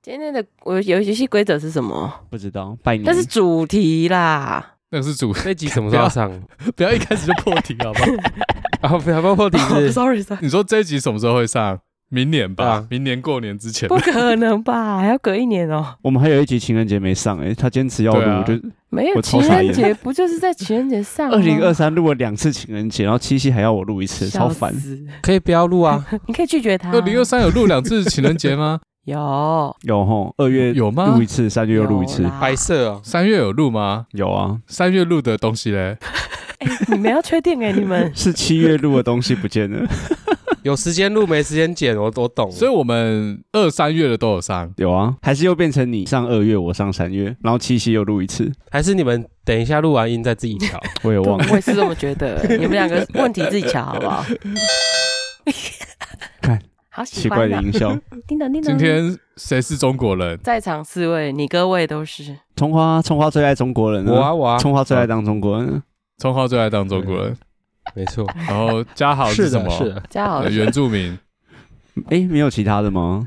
今天的我游游戏规则是什么？不知道拜年，那是主题啦。那个是主 这集什么时候要上？啊不要一开始就破题 好不好？然后还包括 底哦是 sorry sorry，你说这一集什么时候会上？明年吧，啊明年过年之前不。可能吧？还要隔一年哦。我们还有一集情人节没上哎、他坚持要对录，啊我就没有我情超傻眼人节不就是在情人节上吗？二零二三录了两次情人节，然后七夕还要我录一次，笑超烦。死！可以不要录啊？你可以拒绝他。那零二三有录两次情人节 吗？有有吼，二月有吗录一次，三月又录一次有，啦哎白色哦，三月有录吗？有啊，三月录的东西嘞？哎，你们要确定哎，你们是七月录的东西不 见了，有时间录没时间剪，我我懂。所以我们二三月的都有上。有啊，还是又变成你上二月，我上三月，然后七夕又录一次，还是你们等一下录完音再自己调。我也忘 了。我也是这么觉得。 你们两个问题自己瞧好不好？看，好奇喜怪欢的啊！音效，叮咚叮咚，今天谁是中国人？在场四位，你各位都是葱花，葱花最爱中国人我啊我啊，葱花最爱当中国人啊，聪浩最爱当中国人，没错， 然后嘉豪是什的，么？是的，嘉豪呃，原住民。哎，没有其他的吗？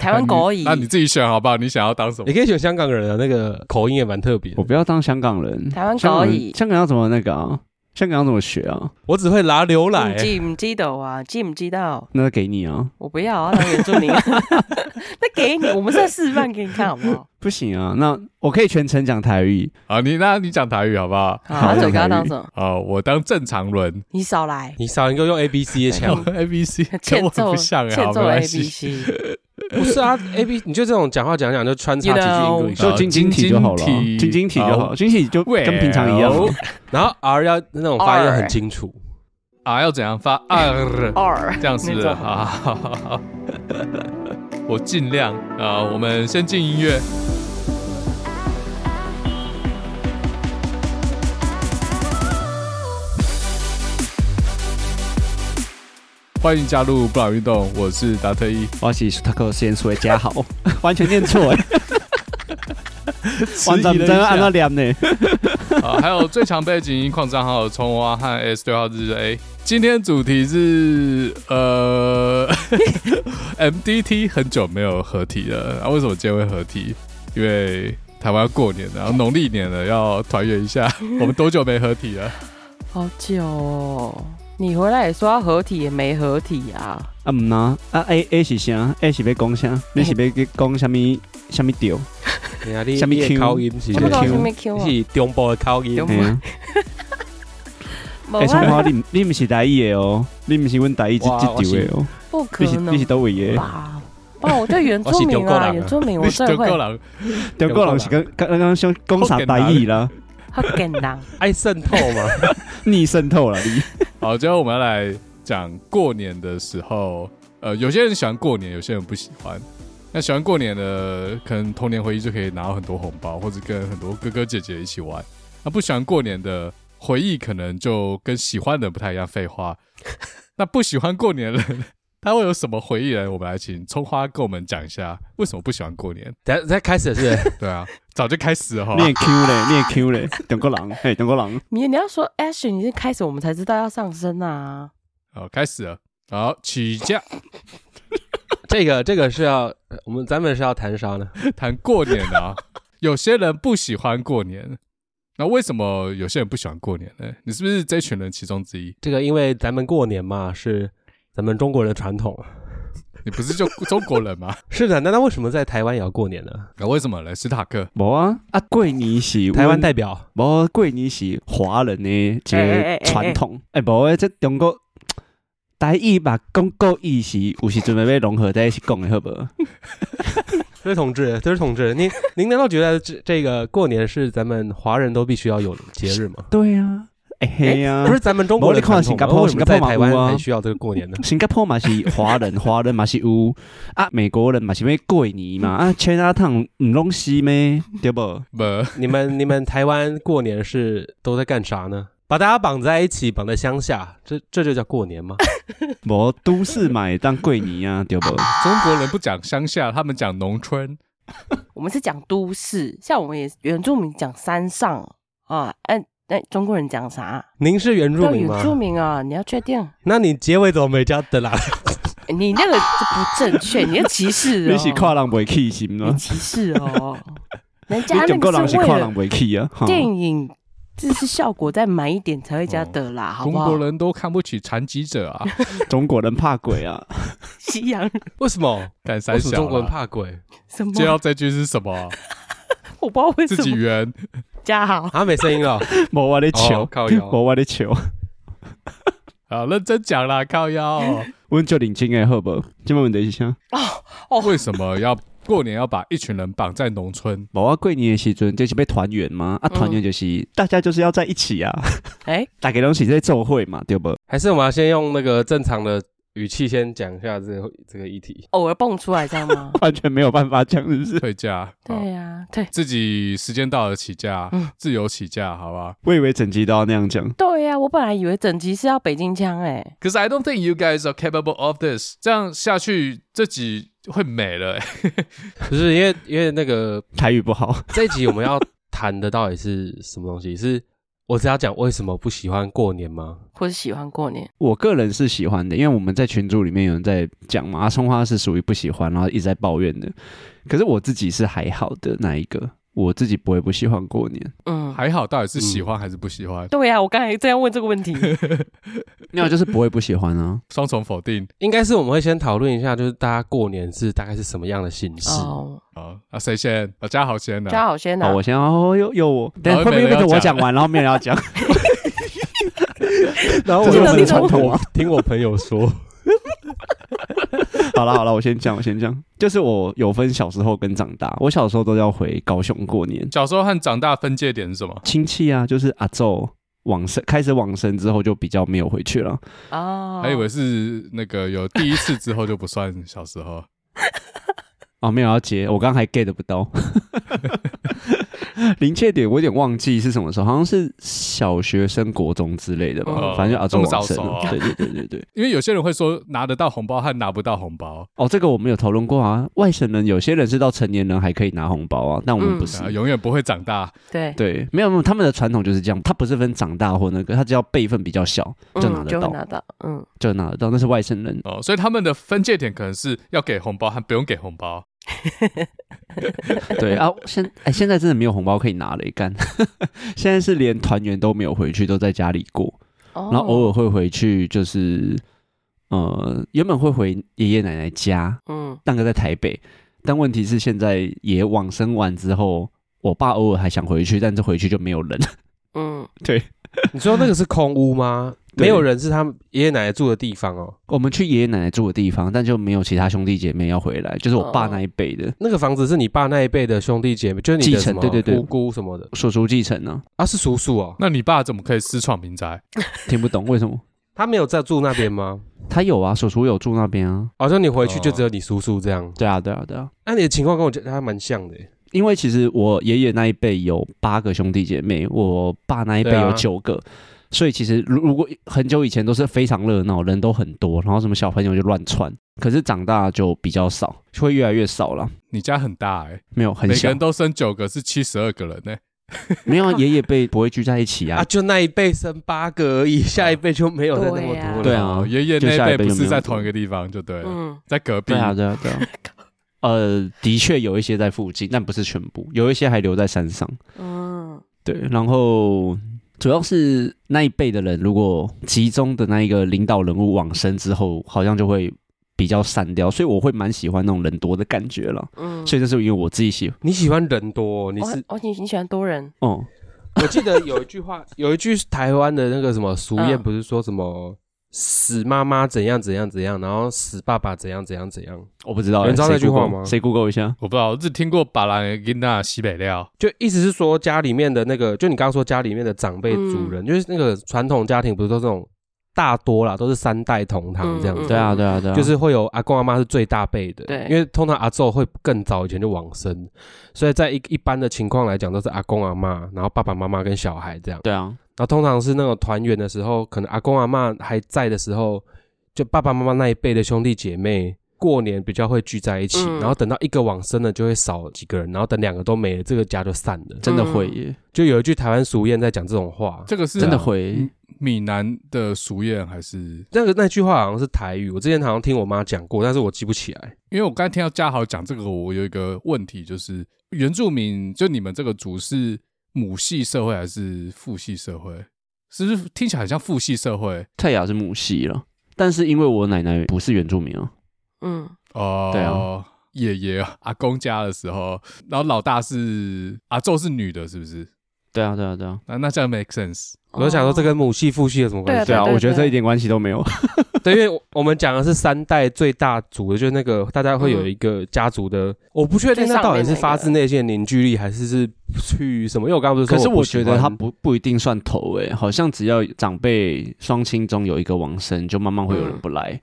台湾狗而已那，你自己选好不好？你想要当什么你？可以选香港人啊，那个口音也蛮特别的我。不要当香港人，台湾香狗而港已人，。香港要怎么那个啊？香港要怎么学啊？我只会拿 牛奶你，记不记得啊？记不记得？那给你啊，我不要啊，当原住民。 那给你，我们再示范给你看好不好？不行啊，那我可以全程讲台语，啊，你那你讲台语好不好？好，那好嘴哥要当什么？啊，我当正常人你少 来，你少一个用 A B C 的 枪。 ，A B C，跟欠我揍，不像哎，好欠没揍 A 关 B 系。 C。不是啊，A B 你就这种讲话讲讲就穿插 You 几句 know 英语，好就晶晶体就好了啊，晶晶体晶晶体就好，好晶晶体就跟平常一样。 Well 然后 R 要那种发音要很清楚。啊，要怎样发啊？二，这样是不那是？种好好好好，我尽量啊、我们先进音乐。欢迎加入布朗运动，我是达特一，我是 Taco 先说加好，完全念错哎，完完全全真按到两呢。啊，还有最强背景音矿账号葱花和 S 六号日 A。今天主题是呃 ，MDT 很久没有合体了，啊，为什么今天会合体？因为台湾要过年了，然后农历年了，要团圆一下。 我们多久没合体了？好久哦。你回来也说要合体，也没合体啊。啊唔呐，啊 A A 是啥？A 是要讲啥？你是要去讲什么什么调？你啊，你什么你的 Q？口音是我什不么不知道是什么 Q 啊，你是中部的口音中，嘿啊，没哎，办葱法花，你你唔是台语的哦，你唔是阮台语这哇这我调是的哦，不可你是你是能倒位的？吧？哇，我对原住我是中民国人啊，啊原住民我你是最 够会，了，中国人是跟刚刚刚想讲啥台语啦？好简单。爱渗透嘛。逆渗透了你。好，今天我们要来讲过年的时候，呃，有些人喜欢过年，有些人不喜欢。那喜欢过年的，可能童年回忆就可以拿到很多红包，或者跟很多哥哥姐姐一起玩。那不喜欢过年的回忆，可能就跟喜欢的不太一样。废话，那不喜欢过年的人，他会有什么回忆呢？我们来请葱花跟我们讲一下，为什么不喜欢过年？等下再开始是不是对啊，早就开始了哈。你也 Q 嘞，你也 Q 嘞，中国人，嘿，中国人，你你要说 Ash，你是开始我们才知道要上升啊。好，开始了。好，起价这个这个是要呃我们咱们是要谈啥呢？谈过年啊， 有些人不喜欢过年，那为什么有些人不喜欢过年呢？你是不是这群人其中之一？这个因为咱们过年嘛是咱们中国人的传统。你不是就中国人吗？是的，那那为什么在台湾也要过年呢？那为什么呢？史塔克无啊，啊过年是台湾代。代表无啊过年是华人的一个传统，哎、无诶，这中国台语吧，讲国语是有时阵要融合在一起讲的，好无？这是同 志，这是同志。您您难道觉得这这个过年是咱们华人都必须要有的节日吗？对啊，哎、嘿啊，不是咱们中国人的传统吗，没有为你什看新么加坡在台新加坡嘛湾有啊还需要这个过年呢？ 新加坡嘛是华 人，华人嘛是有啊，美国人嘛是要过年嘛啊，China Town 唔拢是咩？对无？不，你们你们台湾过年是都在干啥呢？把大家绑在一起，绑在乡下，这这就叫过年 吗？无都市嘛会当过年啊，对无？哦中国人不讲乡下，他们讲农村。我们是讲都市，像我们也原住民讲山上啊，哎、那、中国人讲啥？您是原住要民原吗？住民啊，你要确定。那你结尾怎么没加的啦？ 你那个就不正确，你那歧视哦，你是跨人袂起是你吗？歧视 哦，人你家那中国个人是是为跨了人袂起啊？哈电影，这是效果再满一点才会加的啦，好中不嗯好国？人都看不起残疾者啊，中国人怕鬼啊！西洋人为什么？干三为什小啦。么中国人怕鬼什么？接到这句是什么啊？我不知道为自什己么圆，加好。 啊？没声音了，无我咧哦笑，靠腰 无我咧笑。好认真讲啦，靠腰哦。阮就认真诶，好无？即问题是啥？哦为什么要过年要把一群人绑在农村？无啊，过年诶时阵就是要团圆嘛，啊，嗯团圆就是、大家就是要在一起啊，哎， 大家拢是在做会嘛，对无？？还是我们要先用那个正常的语气先讲一下这个这个议题？偶尔蹦出来，知道吗 完全没有办法讲，是不是？退假，好对呀，对自己时间到了起假嗯，自由起假，好吧？我以为整集都要那样讲，对呀，我本来以为整集是要北京腔，哎， Cause I don't think you guys are capable of this。这样下去，这集会没了、 欸。不是因为因为那个台语不好，这一集我们要谈的到底是什么东西？是我只要讲为什么不喜欢过年吗？或是喜欢过年，我个人是喜欢的，因为我们在群组里面有人在讲嘛，阿松花是属于不喜欢，然后一直在抱怨的。可是我自己是还好的那一个，我自己不会不喜欢过 年。嗯，还好，到底是喜欢还是不喜欢？对呀，啊我刚才正要问这个问题，那我就是不会不喜欢啊。双重否定应该是我们会先讨论一下，就是大家过年是大概是什么样的形式？哦，啊！啊，谁先？啊，嘉豪先嘉啊。豪先好，拿我，先哦，又又我，等然会不后没会人变成要我讲讲完，然后没人要 讲？然后我这种有我那种的传统啊。听我朋友说，好了好了，我先讲，我先讲，就是我有分小时候跟长大。我小时候都要回高雄过年，小时候和长大分界点是什么？亲戚啊，就是阿昼往生开始往生之后就比较没有回去了。哦，还以为是那个有第一次之后就不算小时候。 哦，没有要接，我刚刚还 get 不 到。临界点我有点忘记是什么时候，好像是小学升国中之类的吧，哦反正就阿这昼么早往生熟了。啊对对对对对。因为有些人会说拿得到红包和拿不到红包，哦，这个我们有讨论过啊。外省人有些人是到成年人还可以拿红包啊，但我们嗯不是。啊，永远不会长大。对，对，没有没有，他们的传统就是这样，他不是分长大或那个，他只要辈分比较小就拿嗯得就到，会拿到，嗯，就拿得到，那是外省 人。哦，所以他们的分界点可能是要给红包和不用给红包。对啊，现哎、现在真的没有红包可以拿了，干， 现在是连团圆都没有回去，都在家里过，然然后偶尔会回去，就是呃，原本会回爷爷奶奶家，嗯，那个在台北，但问题是现在也往生完之后，我爸偶尔还想回去，但是回去就没有人。嗯 你说那个是空屋吗？对没有人是他们爷爷奶奶住的地方哦。我们去爷爷奶奶住的地方，但就没有其他兄弟姐妹要回来，就是我哦爸那一辈的。那个房子是你爸那一辈的兄弟姐妹，就是你的继承什么对对对姑姑什么的叔叔继承呢、啊，是叔叔哦。那你爸怎么可以私闯民宅？ 听不懂为什么？他没有在住那边吗？他有啊，叔叔有住那边啊。好像你回去就哦只有你叔叔这样。对啊，对啊，对啊。那你的情况跟我觉得还蛮像的耶。因为其实我爷爷那一辈有八个兄弟姐妹，我爸那一辈对啊有九个，所以其实如如果很久以前都是非常热闹，人都很多，然后什么小朋友就乱窜。可是长大就比较少，就会越来越少了。你家很大哎、没有很每个小人，都生九个，是七十二个人呢、欸没有啊爷爷辈不会聚在一起啊 啊，。就那一辈生八个而已，下一辈就没有再那么对呀多了。对啊哦爷爷就那下一辈辈不就没是有在住同一个地方，就对了，嗯，在隔壁对。啊，对啊，对啊。 呃，的确有一些在附近，但不是全部，有一些还留在山上。嗯，对，然后主要是那一辈的人，如果集中的那一个领导人物往生之后，好像就会比较散掉，所以我会蛮喜欢那种人多的感觉了。嗯，所以这是因为我自己喜欢，你喜欢人多哦，你是哦哦，你你喜欢多人，哦、啊我记得有一句 话，有一句台湾的那个什么俗谚，嗯不是说什么死妈妈怎样怎样怎样，然后死爸爸怎样怎样怎样，我不知道、有欸，人知道谁那句话 Google- 吗谁 Google 一下？我不知道，我只听过把兰吉娜西北料，就意思是说家里面的那个，就你刚刚说家里面的长辈嗯主人，就是那个传统家庭，不是都这种大多啦，都是三代同堂这样子。嗯对啊，对啊，对啊，就是会有阿公阿妈是最大辈的，对因为通常阿昼会更早以前就往生，所以在一一般的情况来讲，都是阿公阿妈，然后爸爸妈妈跟小孩这样。对啊，然后通常是那种团圆的时候，可能阿公阿妈还在的时候，就爸爸妈妈那一辈的兄弟姐妹过年比较会聚在一起，嗯然后等到一个往生了就会少几个人，然后等两个都没了，这个家就散了。真的会耶，就有一句台湾俗谚在讲这种话，这个是真的会嗯闽南的俗谚还是？那个那句话好像是台语，我之前好像听我妈讲过，但是我记不起来。因为我刚才听到嘉豪讲这个，我有一个问题，就是原住民就你们这个族是母系社会还是父系社会？是不是听起来很像父系社会？泰雅是母系了，但是因为我奶奶不是原住民啊，嗯，哦，对啊，爷爷阿公家的时候，然后老大是阿宙是女的，是不是？对啊，对啊，对啊，那那这样 make sense。我就想哦说这跟母系父系有什么关系？对啊，对我觉得对这一点关系都没有。 对，因为我我们讲的是三代最大族的，就是那个大家嗯会有一个家族的，我不确定那到底是发自内心的凝聚力，还是是去什么？因为我刚刚不是说可是我我不喜觉欢得他不不一定算头诶、好像只要长辈双亲中有一个往生，就慢慢会有人不来，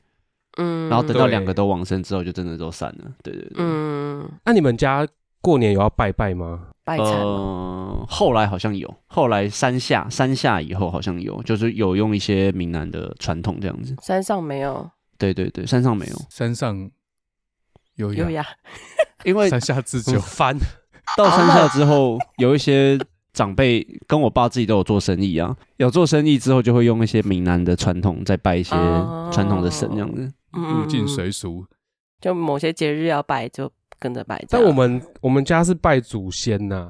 嗯，然后等到对两个都往生之后，就真的都散了。对对对，嗯那你们家过年有要拜拜吗？拜忏嘛，呃，后来好像有，后来山下山下以后好像有，就是有用一些闽南的传统这样子。山上没有对对对，山上没有，山上有有羊，呀，因为山下自很救。烦，到山下之后，有一些长辈跟我爸自己都有做生意啊，有做生意之后就会用一些闽南的传统再拜一些哦传统的神这样子。嗯入境随俗，就某些节日要拜就跟着拜这样，但我们我们家是拜祖先呐、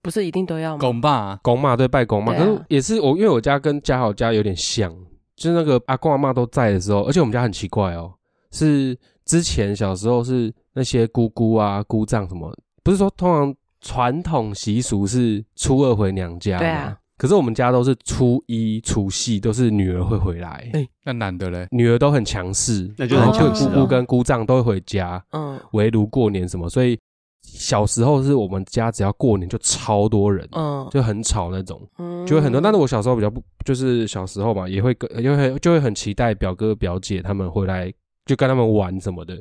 不是一定都要吗？拱爸公妈对拜公妈，对可啊是也是我，因为我家跟嘉豪家有点像，就是那个阿公阿妈都在的时候，而且我们家很奇怪哦，是之前小时候是那些姑姑啊、姑丈什么，不是说通常传统习俗是初二回娘家吗对啊，可是我们家都是初一、除夕都是女儿会回来，哎那男的嘞？女儿都很强势，那就很然后强势啊姑姑跟姑丈都会回家嗯围炉过年什么，所以小时候是我们家只要过年就超多人，嗯，就很吵那种。嗯就会很多。但是我小时候比较不，就是小时候嘛，也会跟，就会就会很期待表哥表姐他们回来，就跟他们玩什么的。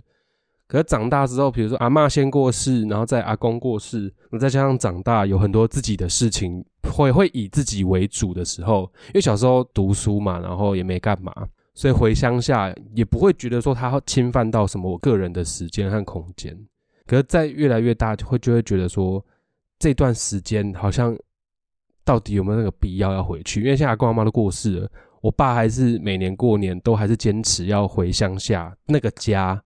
可是长大之后，比如说阿嬷先过世，然后再阿公过世，那再加上长大有很多自己的事情，会会以自己为主的时候，因为小时候读书嘛，然后也没干嘛，所以回乡下也不会觉得说他侵犯到什么我个人的时间和空间。可是，在越来越大，就会就会觉得说，这段时间好像到底有没有那个必要要回去？因为现在阿公阿妈都过世了，我爸还是每年过年都还是坚持要回乡下那个家，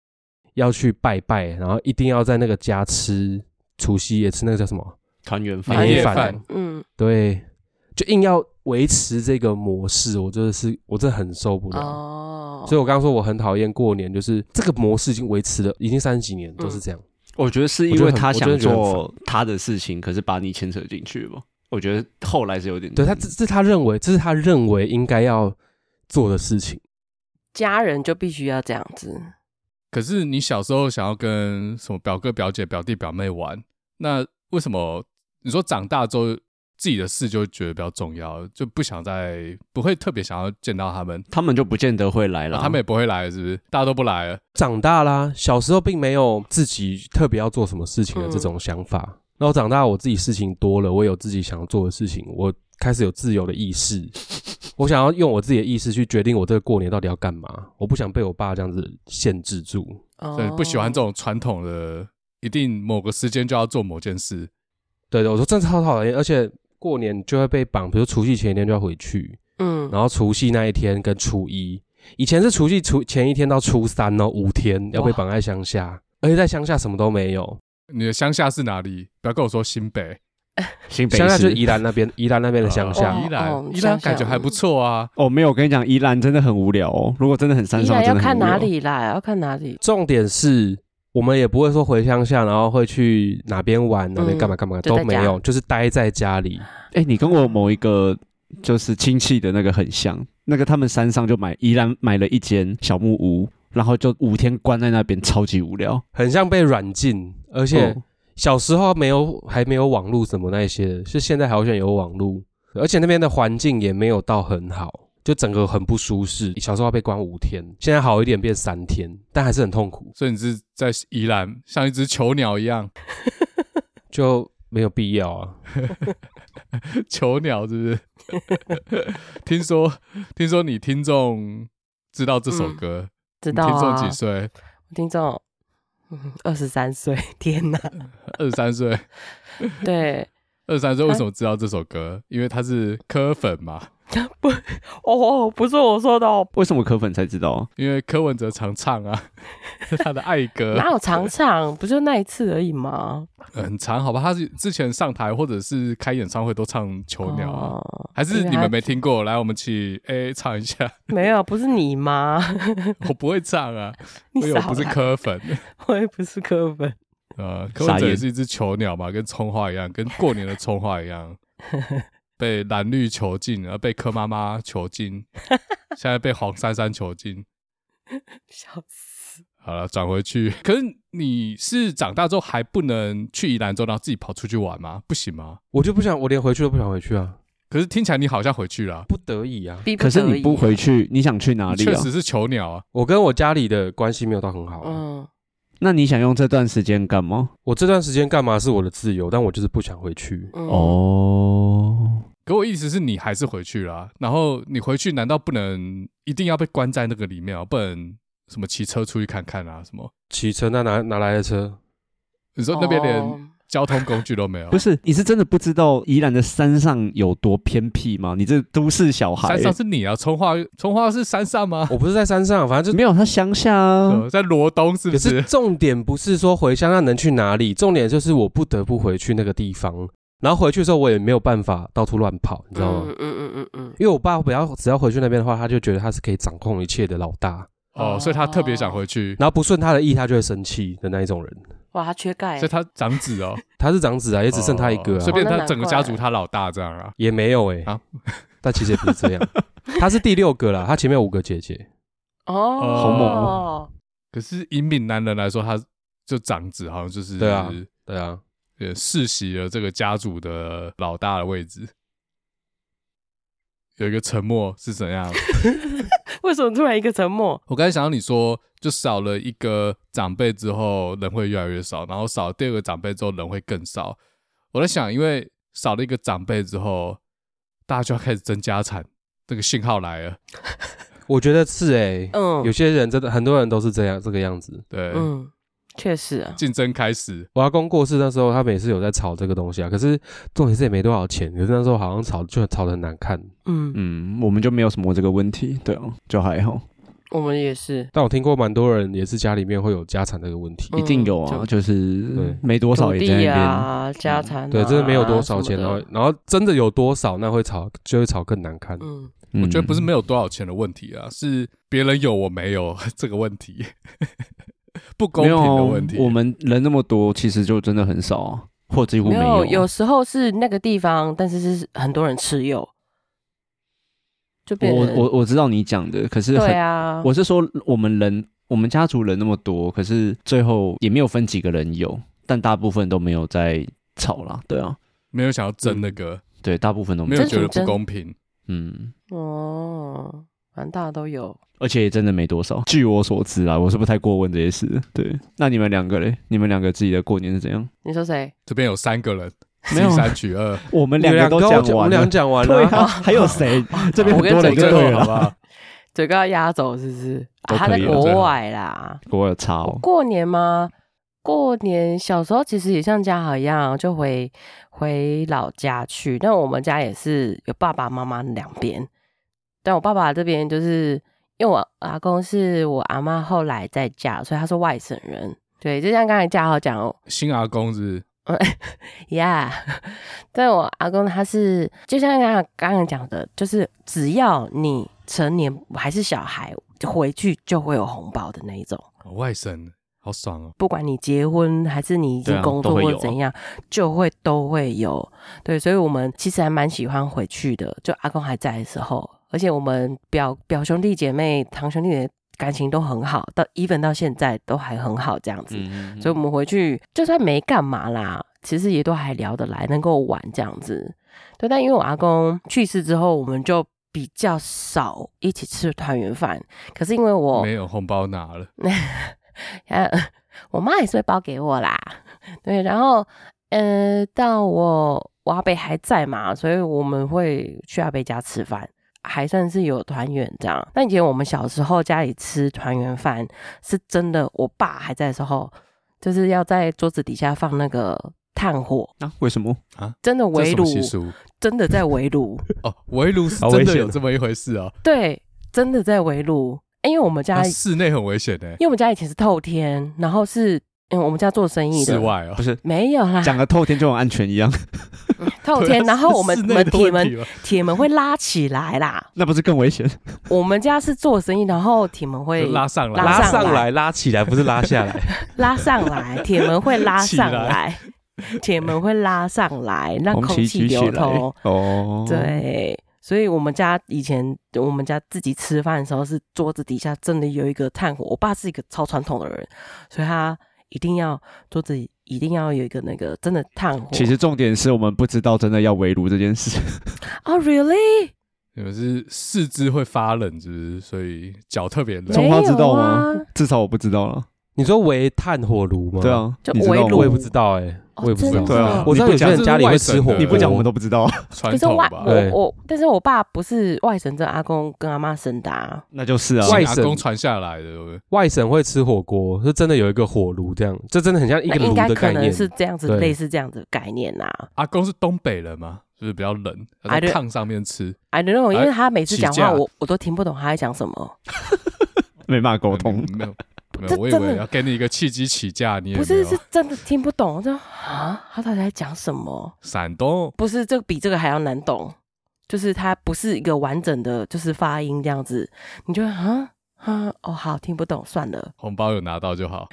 要去拜拜，然后一定要在那个家吃除夕夜吃那个叫什么团圆饭啊年夜饭，饭嗯对，就硬要维持这个模式，我真的是我真的很受不了。哦，所以我刚刚说我很讨厌过年，就是这个模式已经维持了已经三十几年都是这样。嗯我觉得是我因觉得为很他我真想的觉得很做他的事情，可是把你牵扯进去吧。我觉得后来是有点嗯对他，这这是他认为这是他认为应该要做的事情。家人就必须要这样子，可是你小时候想要跟什么表哥、表姐、表弟、表妹玩，那为什么你说长大之后自己的事就觉得比较重要，就不想再不会特别想要见到他们？哦他们就不见得会来了、啊他们也不会来了，是不是？大家都不来了，长大啦，小时候并没有自己特别要做什么事情的这种想法。然后长大，我自己事情多了，我有自己想做的事情，我开始有自由的意识。我想要用我自己的意识去决定我这个过年到底要干嘛。我不想被我爸这样子限制住。所哦以，不喜欢这种传统的，一定某个时间就要做某件事。对对，我说真的超讨厌，而且过年就会被绑，比如除夕前一天就要回去，嗯，然后除夕那一天跟初一，以前是除夕除前一天到初三哦，五天要被哇绑在乡下，而且在乡下什么都没有，你的乡下是哪里？不要跟我说新北，新北乡下就市是宜兰那边， 宜兰那边的乡下。哦宜哦兰，宜乡兰下感觉还不错啊。哦，没有，我跟你讲，宜兰真的很无聊哦。如果真的很山依上，然要真的看很无聊哪？里啦，要看哪里，重点是我们也不会说回乡下，然后会去哪边玩、哪边干嘛干嘛、嗯就在都家没有，就是待在家里。哎、你跟我某一个就是亲戚的那个很像，那个他们山上就买宜兰买了一间小木屋，然后就五天关在那边，超级无聊。很像被软禁，而且哦小时候没有还没有网络什么那一些的，是现在好像有网络，而且那边的环境也没有到很好，就整个很不舒适。小时候要被关五天，现在好一点变三天，但还是很痛苦，所以你是在宜兰，像一只囚鸟一样， 就没有必要啊。囚鸟是不是？ 听说，听说你听众知道这首歌，知你道听众啊几？岁？听众二十三岁， 天哪！二十三 岁，对，二十三岁为什么知道这首歌？因为他是柯粉嘛，哦，不是我说的哦，为什么柯粉才知道啊？因为柯文哲常 唱啊，是他的爱歌，哪有常唱？不就那一次而已吗？很长，好吧？他是之前上台或者是开演唱会都唱《囚鸟》啊，哦还因是为你他们没听过？来，我们去 A 唱一下， 没有？不是你吗？ 我不会唱啊，你因为我不是少来柯粉。我也不是科粉。呃，柯文傻哲眼也是一只囚鸟嘛，跟葱花一样，跟过年的葱花 一样，被蓝绿囚禁，然后被柯妈妈 囚禁，现在被黄珊珊囚禁。笑死！好了，转回去。可是你是长大之后还不能去宜兰州，然后自己跑出去玩吗？不行吗？我就不想，我连回去都不想回去啊，可是听起来你好像回去了，不得已啊。逼可是得你不已回，去，你想去哪里确啊？实是囚鸟啊。我跟我家里的关系没有到很好、啊，嗯，那你想用这段时间干嘛？我这段时间干嘛是我的自由，但我就是不想回去。嗯，哦，可我意思是你还是回去了啊、然后你回去难道不能一定要被关在那个里面啊？不能什么骑车出去看看啊？什么？骑车那哪哪来的车？你说那边连哦交通工具都没有？不是，你是真的不知道宜兰的山上有多偏僻吗？你这都市小孩山，上是你啊，葱花葱花是山上吗？我不是在山上，反正就 没有他乡下啊。呃在罗东是嗯可不是是？重点不是说回乡那能去哪里，重点就是我不得不回去那个地方。然后回去的时候，我也没有办法到处乱跑，你知道吗？嗯嗯嗯嗯因为我爸不要只要回去那边的话，他就觉得他是可以掌控一切的老大，哦，所以他特别想回去，然后不顺他的意，他就会生气的那一种人。嗯，哇，他缺钙所以，他长子哦，他是长子啊，也只剩他一个哦啊，所以变成哦他那整个难怪家族他老大这样啊。也没有哎、啊但其实也不是这样，他是第六个啦，他前面有五个姐姐，哦，好猛哦，可是以闽南人来说，他就长子好像就是对啊对啊，呃世袭了这个家族的老大的位置。有一个沉默是怎样？为什么突然一个沉默？我刚才想到你说，就少了一个长辈之后，人会越来越少，然后少了第二个长辈之后，人会更少。我在想，因为少了一个长辈之后，大家就要开始争家产，这个信号来了。我觉得是哎、嗯有些人真的很多人都是这样这个样子。对，嗯，确实啊，竞争开始。我阿公过世那时候，他们也是有在炒这个东西啊，可是重点是也没多少钱，可是那时候好像炒就炒的很难看。嗯，嗯，我们就没有什么这个问题，对啊，就还好，我们也是，但我听过蛮多人也是家里面会有家产这个问题，嗯一定有啊，就就是对没多少土也在那地边。嗯啊，家产啊，对，真的没有多少钱，啊什然么哦后的然后真的有多少，那会炒就会炒更难看。嗯，嗯我觉得不是没有多少钱的问题啊，是别人有我没有 这个问题，不公没平有啊的问题。我们人那么多，其实就真的很少啊，或几乎没有有，啊。有时候是那个地方，但是是很多人持有，就变我成我我知道你讲的，可是很对啊，我是说，我们人，我们家族人那么多，可是最后也没有分几个人有，但大部分都没有在吵啦。对啊，没有想要争那个，对，大部分都没没有有真觉得竞争不公平。嗯，哦，反正大家都有，而且也真的没多少。据我所知啦，我是不太过问这些事。对，那你们两个嘞？你们两个自己的过年是怎样？你说谁？这边有三个人，没有七三取二，我们你们两个都跟我讲我完们了俩。讲完对了， 啊，还 有谁？这边我很跟多整人就个对好不了。好？嘴哥要压走是不是？都啊、他在可以啊最国好外啦。我有差我哦。过年吗？过年小时候其实也像家豪一样，就回回老家去。但我们家也是有爸爸妈妈两边，但我爸爸这边就是因为我阿公是我阿妈后来再嫁，所以他是外省人。对，就像刚才家豪讲哦，新阿公是呀、 但我阿公他是就像刚刚刚刚讲的，就是只要你成年还是小孩，就回去就会有红包的那一种。哦外省，好爽哦。不管你结婚还是你已对经啊工都作会有或啊者怎样，就会都会有。对，所以我们其实还蛮喜欢回去的，就阿公还在的时候，而且我们表表兄弟姐妹、堂兄弟姐妹感情都很好，到 even 到现在都还很好这样子。嗯，所以我们回去就算没干嘛啦，其实也都还聊得来，能够玩这样子。对，但因为我阿公去世之后，我们就比较少一起吃团圆饭。可是因为我没有红包拿了，呃，我妈也是会包给我啦。对，然后呃，到我我阿伯还在嘛，所以我们会去阿伯家吃饭，还算是有团圆这样。那以前我们小时候家里吃团圆饭，是真的，我爸还在的时候，就是要在桌子底下放那个炭火，啊？为什么？真的这围什炉么，习俗？真的在围 炉，哦，围炉是好真危的险有哦这么一回事啊！对，真的在围炉。因为我们家那，室内很危险欸呢，因为我们家以前是透天，然后是嗯，我们家做生意的室，外哦不，是没有啦，讲个透天就很安全一样， 透对啊哦天，然后我们 室内门的铁问门题了铁门会拉起来啦。那不是更危险？我们家是做生意，然后铁门会就拉上来，拉拉上上来来，拉起来，不是拉下来。拉上来，铁门会拉起上来来，铁门会拉上来，让红空旗气举起流来通。哦，，对，所以我们家以前我们家自己吃饭的时候，是桌子底下真的有一个炭火。我爸是一个超传统的人，所以他一定要桌子一定要有一个那个真的炭火。其实重点是我们不知道真的要围炉这件事， 啊、r e a l l y 你们是四肢会发冷，是不是？所以脚特别冷。中没花有知道啊吗？至少我不知道了。你说围炭火炉吗？对，啊，就你知道围炉吗我也不知道哎，哦我也不知真道。的对啊我知道你不有些讲人家里会这是吃外省火的哦锅，你不讲我们都不知道， 传可是统外吧，我对我，但是我爸不是外省，这阿公跟阿妈生的、啊。那就是啊。外阿省公传下来的，对不对外省会吃火锅，是真的有一个火炉这样，这真的很像一那个应炉该的可概能念。是这样子，对类似这样子的概念呐、啊。阿公是东北人嘛，就是比较冷， I 他在 don't- 炕上面吃， I don't know，因为他每次啊起讲话，价我我都听不懂他在讲什么。没办法沟通，没有没这有，我以真的为要给你一个契机起价，你也不没是，有啊是。真的听不懂。我就啊，他到底在讲什么？山东不是，这个比这个还要难懂，就是它不是一个完整的，就是发音这样子，你就会啊啊哦，好听不懂，算了，红包有拿到就好，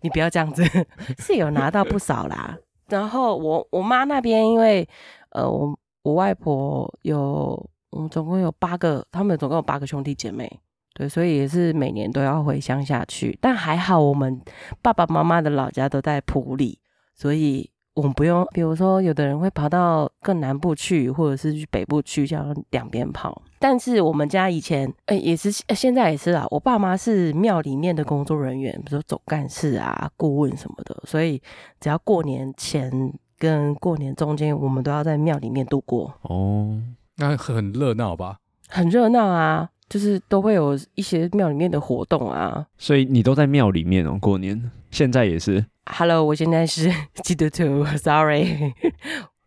你不要这样子， 是有拿到不少啦。 然后我我妈那边，因为呃，我我外婆有，我们总共有八个，他们总共有八个兄弟姐妹，对，所以也是每年都要回乡下去。但还好，我们爸爸妈妈的老家都在埔里，所以我们不用，比如说有的人会跑到更南部去，或者是去北部去，这样两边跑。但是我们家以前，呃，也是、呃现在也是啦。我爸妈是庙里面的工作人员，比如说总干事啊、顾问什么的，所以只要过年前跟过年中间，我们都要在庙里面度过，哦，那很热闹吧？很热闹啊，就是都会有一些庙里面的活动啊。所以你都在庙里面哦，过年现在也是 Hello，我现在是 基督徒，Sorry，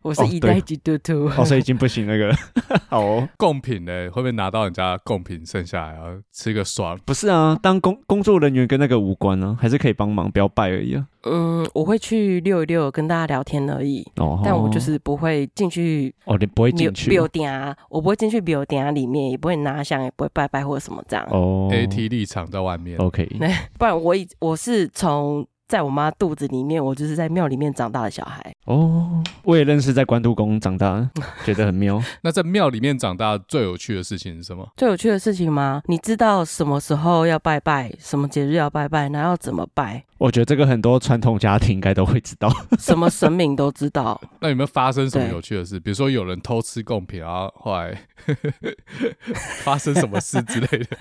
我 是哦一对代基督徒。哦，所以已经不行那个了。 好哦，贡品呢，会不会拿到人家贡品剩下来，然后吃个爽？不是啊，当工工作人员跟那个无关啊，还是可以帮忙，不要拜而已啊。嗯，我会去溜一溜，跟大家聊天而已。哦，但我就是不会进去哦，你不会庙进去庙店啊，我不会进去庙店啊里面，也不会拿香，也不会拜拜或者什么这样。哦 AT 立场在外面， OK，不然我以我是从在我妈肚子里面，我就是在庙里面长大的小孩。哦，我也认识在关渡宫长大的，觉得很妙。 那在庙里面长大最有趣的事情是什么？最有趣的事情吗？你知道什么时候要拜拜，什么节日要拜拜，然后要怎么拜，我觉得这个很多传统家庭应该都会知道。 什么神明都知道。那有没有发生什么对有趣的事？比如说有人偷吃贡品，然后后来 发生什么事之类的，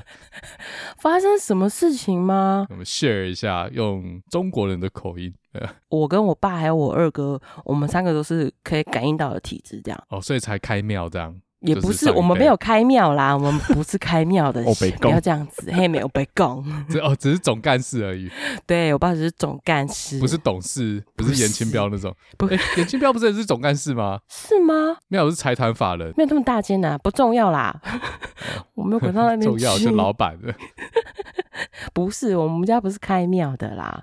发生什么事情吗？我们 share 一下，用中国人的口音。呃我跟我爸还有我二哥，我们三个都是可以感应到的体质，这样。哦，所以才开庙这样。也就是不是，上一我们辈没有开庙啦，我们不是开庙的 哦，北不要贡这样子，嘿，没有被供。只哦，只是总干事而已，对我爸只是总干事，不是董事，不不是是严清标那种。不诶严清标不是也是总干事吗？是吗？没有，是财团法人，没有这么大间呐、不重要啦。 我没有滚到那边去。 重要是老板的。 不是，我们家不是开庙的啦，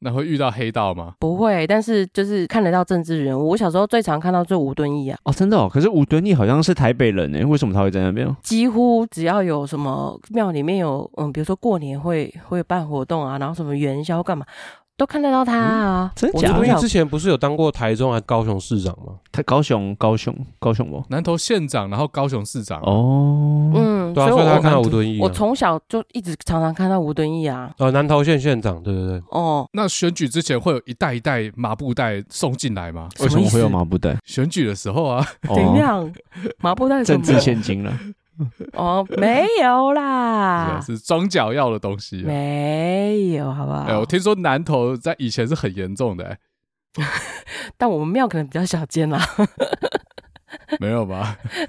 那会遇到黑道吗？不会。但是就是看得到政治人物，我小时候最常看到就吴敦义啊，哦，真的哦。可是吴敦义好像是台北人诶，欸为什么他会在那边？几乎只要有什么庙里面有，嗯，比如说过年会会办活动啊，然后什么元宵干嘛，都看得到他啊。真我假从的因小为之前不是有当过台中还高雄市长吗？他高雄，高雄，高雄不？南投县长，然后高雄市长。哦，嗯，对啊，所所以以他我看到吴敦义啊我，从小就一直常常看到吴敦义啊。呃，南投县县长，对对对，哦，那选举之前会有一袋一袋麻布袋送进来吗？为什么会有什么麻布袋？选举的时候啊，怎哦，样？麻布袋什政么治现金了。哦，没有啦，是装脚药的东西、啊。没有，好不好？哎、我听说南投在以前是很严重的、哎 啊但我们庙可能比较小间啦。没有吧？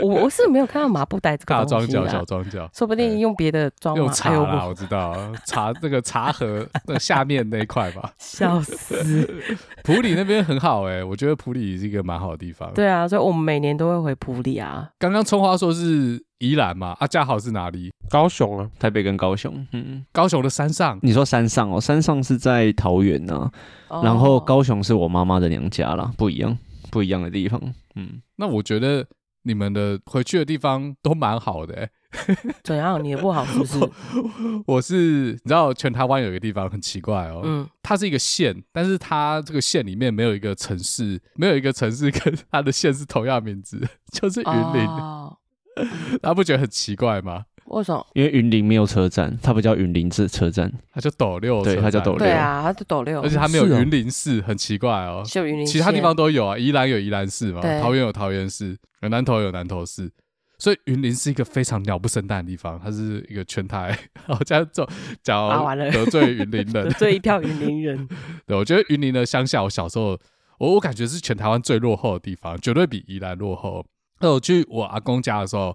我我是没有看到麻布袋这大个装东西脚、 小啊，装脚，说不定用别的装用嘛，茶哎呦，啦，我我知道茶那个茶盒那下面那一块 吧。笑 死！普里那边很好哎、我觉得普里是一个蛮好的地方。对啊，所以我们每年都会回普里啊。刚刚葱花说是宜兰嘛，啊，嘉豪是哪里？高雄啊，台北跟高雄，嗯，高雄的山上。你说山上哦，山上是在桃园呐、哦然后高雄是我妈妈的娘家啦，不一样，不一样的地方，嗯，那我觉得你们的回去的地方都蛮好的、欸。怎样？你也不好是不 是？哦我是你知道，全台湾有一个地方很奇怪哦，嗯，它是一个县，但是它这个县里面没有一个城市，没有一个城市 跟它的县是同样名字，就是云林。哦大家不觉得很奇怪吗？为什么？因为云林没有车站，它不叫云林这车站，它叫斗六车对站，它叫斗六对啊，他是斗六，而且它没有是哦云林市，很奇怪哦。秀云林县，其他地方都有啊，宜兰有宜兰市嘛，对桃园有桃园市，有南投有南投市，所以云林是一个非常鸟不生蛋的地方，它是一个全台，好像这种讲啊完了得罪云林人得，罪一票云林人。 对我觉得云林的乡下，我小时候我我感觉是全台湾最落后的地方，绝对比宜兰落后。那我去我阿公家的时候，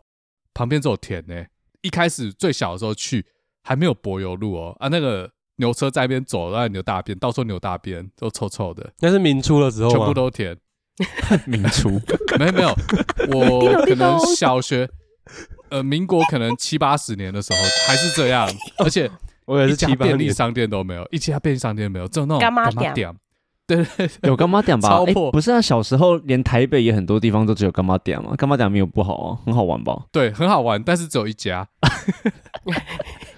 旁边只有田呢、一开始最小的时候去还没有柏油路哦，啊那个牛车在那边走，那牛大便，到时候牛大便都臭臭的，那是民初的时候啊全吗部都田。民初， 没有没有，叮我咚可叮能咚小学，呃，民国可能七八十年的时候还是这样，而且我也一是家七八便利年，商店都没有，一家便利商店没有，只有那种干妈店。店对对 对，有干妈店吧？超哎、破不是啊，小时候连台北也很多地方都只有干妈店嘛，干妈店没有不好啊，很好玩吧？对，很好玩，但是只有一家。